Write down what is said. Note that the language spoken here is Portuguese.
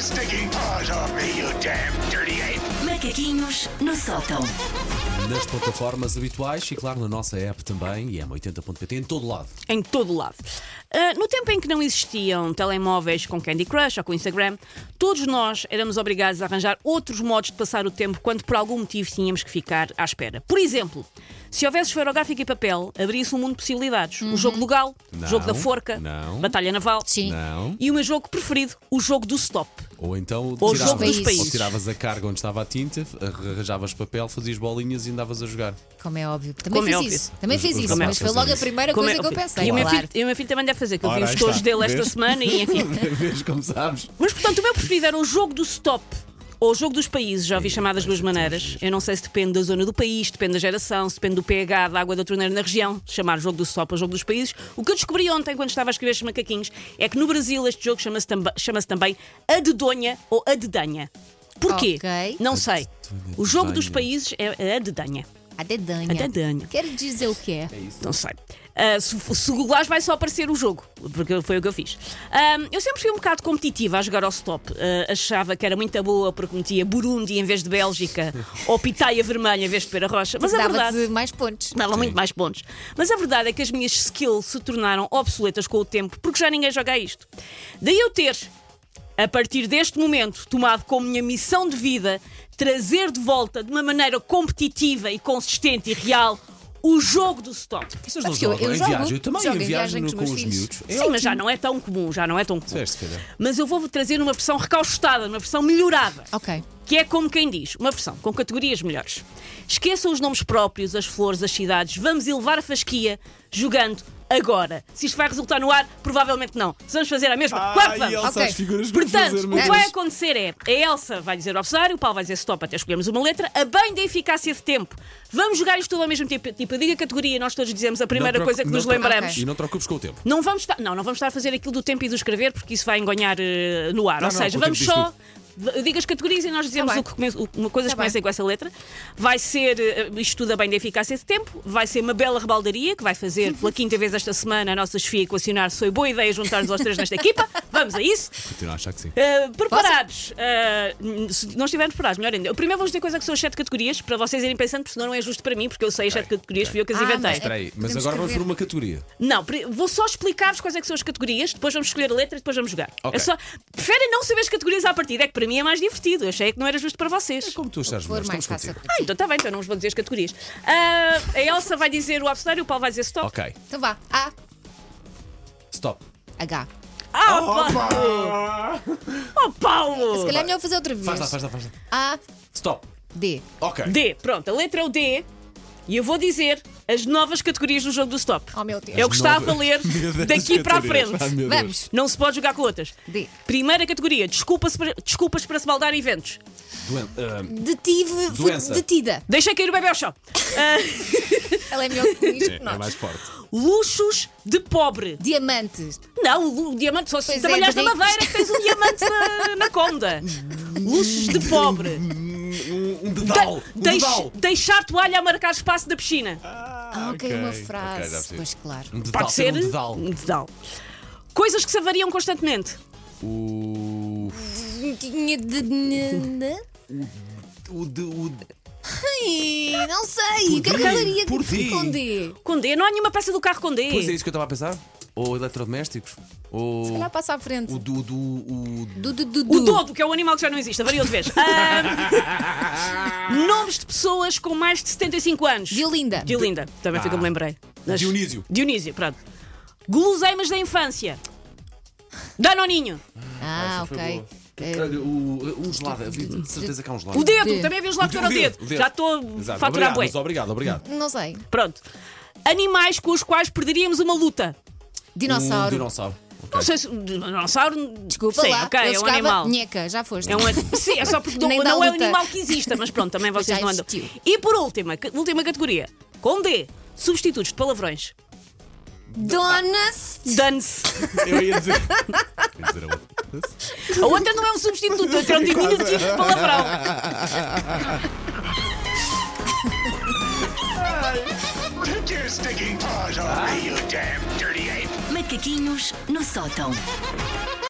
sticking paws off me, you damn dirty ape! Macaquinhos no sótão. Nas plataformas habituais e, claro, na nossa app também, e é 80.pt em todo lado. Em todo o lado. Ah, no tempo em que não existiam telemóveis com Candy Crush ou com Instagram, todos nós éramos obrigados a arranjar outros modos de passar o tempo quando por algum motivo tínhamos que ficar à espera. Por exemplo, se houvesse esferográfico e papel, abria-se um mundo de possibilidades. O jogo do galo, Não, o jogo da forca, não. batalha naval. Sim. Não. E o meu jogo preferido, o jogo do stop. Ou então Ou o tiravas, jogo dos ou países. tiravas a carga onde estava a tinta, arranjavas papel, fazias bolinhas e andavas a jogar. Como é óbvio. Também Como é fiz óbvio. isso. Também Os- fiz os isso, gamais mas foi fazem logo a isso. primeira Como coisa é- que eu pensei. E o meu, claro. filho, e o meu filho também deve fazer, que eu Ora, vi os aí tojos está. dele esta Vês? semana e enfim. Vês como sabes? Mas portanto, o meu preferido era o jogo do stop. Ou o jogo dos países, já ouvi chamadas de duas maneiras. Eu não sei se depende da zona do país, depende da geração, se depende do pH da água da torneira na região, chamar jogo do stop ou jogo dos países. O que eu descobri ontem, quando estava a escrever estes macaquinhos, é que no Brasil este jogo chama-se tamba- chama-se também a dedonha ou a dedanha. Porquê? Ok. Não sei. dedonha, O jogo dos dedanha. países é a dedanha. A A dedanha. dedanha. Quer dizer o que é? Não sei. Ah, se, se googlares vai só aparecer o jogo, porque foi o que eu fiz. Ah, eu sempre fui um bocado competitiva a jogar ao stop. Ah, achava que era muito boa porque metia Burundi em vez de Bélgica ou Pitaia Vermelha em vez de Pera Rocha. Mas a verdade. Dava-te mais pontos. Dava muito mais pontos. Mas a verdade é que as minhas skills se tornaram obsoletas com o tempo, porque já ninguém joga a isto. Daí eu ter, a partir deste momento, tomado como minha missão de vida trazer de volta de uma maneira competitiva e consistente e real o jogo do stop. Vocês Sabes que eu- eu em jogo. viagem, eu também Jogo em em viagem viagem no- com com os os filhos. miúdos. É Sim, mas já não é tão comum, já não é tão comum. Certo, se calhar. Mas eu vou trazer uma versão recaustada, uma versão melhorada. Ok. Que é como quem diz, uma versão com categorias melhores. Esqueçam os nomes próprios, as flores, as cidades, vamos elevar a fasquia jogando agora. Se isto vai resultar no ar, provavelmente não. Se vamos fazer a mesma, claro que vamos. Ok. as figuras Portanto, o que mas- vai acontecer é a Elsa vai dizer obsário, o Paulo vai dizer stop até escolhermos uma letra, a bem da eficácia de tempo. Vamos jogar isto tudo ao mesmo tempo. Tipo, diga a categoria, nós todos dizemos a primeira coisa que nos lembramos. E não te preocupes com o tempo. Não vamos estar, não, não vamos estar a fazer aquilo do tempo e do escrever, porque isso vai engonhar eh, no ar. Não, Ou não, seja, o vamos tempo diz só. Eu digo as categorias e nós dizemos bem. o que começa- o- uma coisa Tá que começa bem. com essa letra. Vai ser, eh, isto estuda bem da eficácia de tempo, vai ser uma bela rebaldaria que vai fazer pela quinta vez esta semana a nossa chefia equacionar se foi boa ideia juntar-nos aos três nesta equipa. Vamos a isso. Continuo a achar que sim. Uh, preparados. Uh, se não estivermos preparados, melhor ainda. Eu primeiro vou dizer coisa que são as sete categorias, para vocês irem pensando, porque senão não é justo para mim, porque eu sei as sete categorias, fui eu que as Ah, inventei. mas- Espera aí, mas Podemos agora vamos escrever. por uma categoria. Não, pre- vou só explicar-vos quais é que são as categorias, depois vamos escolher a letra e depois vamos jogar. Ok. É só... Preferem não saber as categorias à partida, é que para mim é mais divertido. Eu achei que não era justo para É vocês. Como tu achares melhor, For mais estamos fácil. contigo. Ah, então está bem, então não vos vou dizer as categorias. Ah, a Elsa vai dizer o abcedário, o Paulo vai dizer stop. Ok, Então vá. A. stop. H. Ah, Paulo! Oh, Se Paulo! calhar é melhor fazer outra vez. Faz lá, faz lá, faz lá. A. Stop. D. Ok. D, pronto, a letra é o D e eu vou dizer as novas categorias do jogo do stop. Oh meu Deus. é o que está a novas- valer Meu Deus, daqui para a categorias. frente. Ai, meu Deus. Vamos. Não se pode jogar com outras. D. Primeira categoria, desculpas para, desculpas para se baldar em eventos. Doen- ah, Detive. fui Doença. Detida. Deixa cair o bebê ao chão. Ela é melhor que isto é, que é nós. mais forte. Luxos de pobre. Diamantes. Não, o lu- diamante só se Pois é, trabalhares de na ricos. madeira que tens um diamante na, na cômoda. Luxos de pobre. Um, um dedal. um Deix- dedal. deixar toalha a marcar espaço da piscina. Ah, ok, ok. uma Ok, já frase. percebi. pois claro. Um dedal. Pode ser ser Um dedal. um dedal. Coisas que se avariam constantemente. O. Um Tinha de. O. de- o É. de- Ai, não sei. O que é que eu faria Por ti. com D? Com D, não há nenhuma peça do carro com D. Pois é isso que eu estava a pensar? Ou eletrodomésticos? Ou. Olha, passa à frente. O do. do o... Du, du, du, O du. dodo, que é um animal que já não existe, avariou de vez. Ahm, nomes de pessoas com mais de 75 anos. Diolinda. Diolinda, também foi que eu me lembrei. Mas- Ah. Dionísio. Dionísio, pronto. Guloseimas da infância. Danoninho. Ah, Essa foi ok. boa. Eh, Olha, o, um gelado. havia de certeza que há um gelado. O dedo, Dedo. também havia lá que O era o dedo, dedo. o dedo. Já estou a Exato. faturar Obrigado, bué. mas obrigado, obrigado. Não sei. Pronto. Animais com os quais perderíamos uma luta. Um Dinossauro. dinossauro. Não sei se. Dinossauro. Desculpa sim, lá. ok, eu é um jogava animal. Nheca, já foste. É um at- Sim, é só porque não, Nem dá não é um luta. animal que exista, mas pronto, também Mas vocês já não andam. existiu. E por última, ca- última categoria, com D, substitutos de palavrões. Donas. Dance. Eu ia dizer. ia dizer a outra. A outra não é um substituto, a outra é um diminutivo de palavrão. Take your sticking paws off me, you damn dirty ape! Macaquinhos no sótão.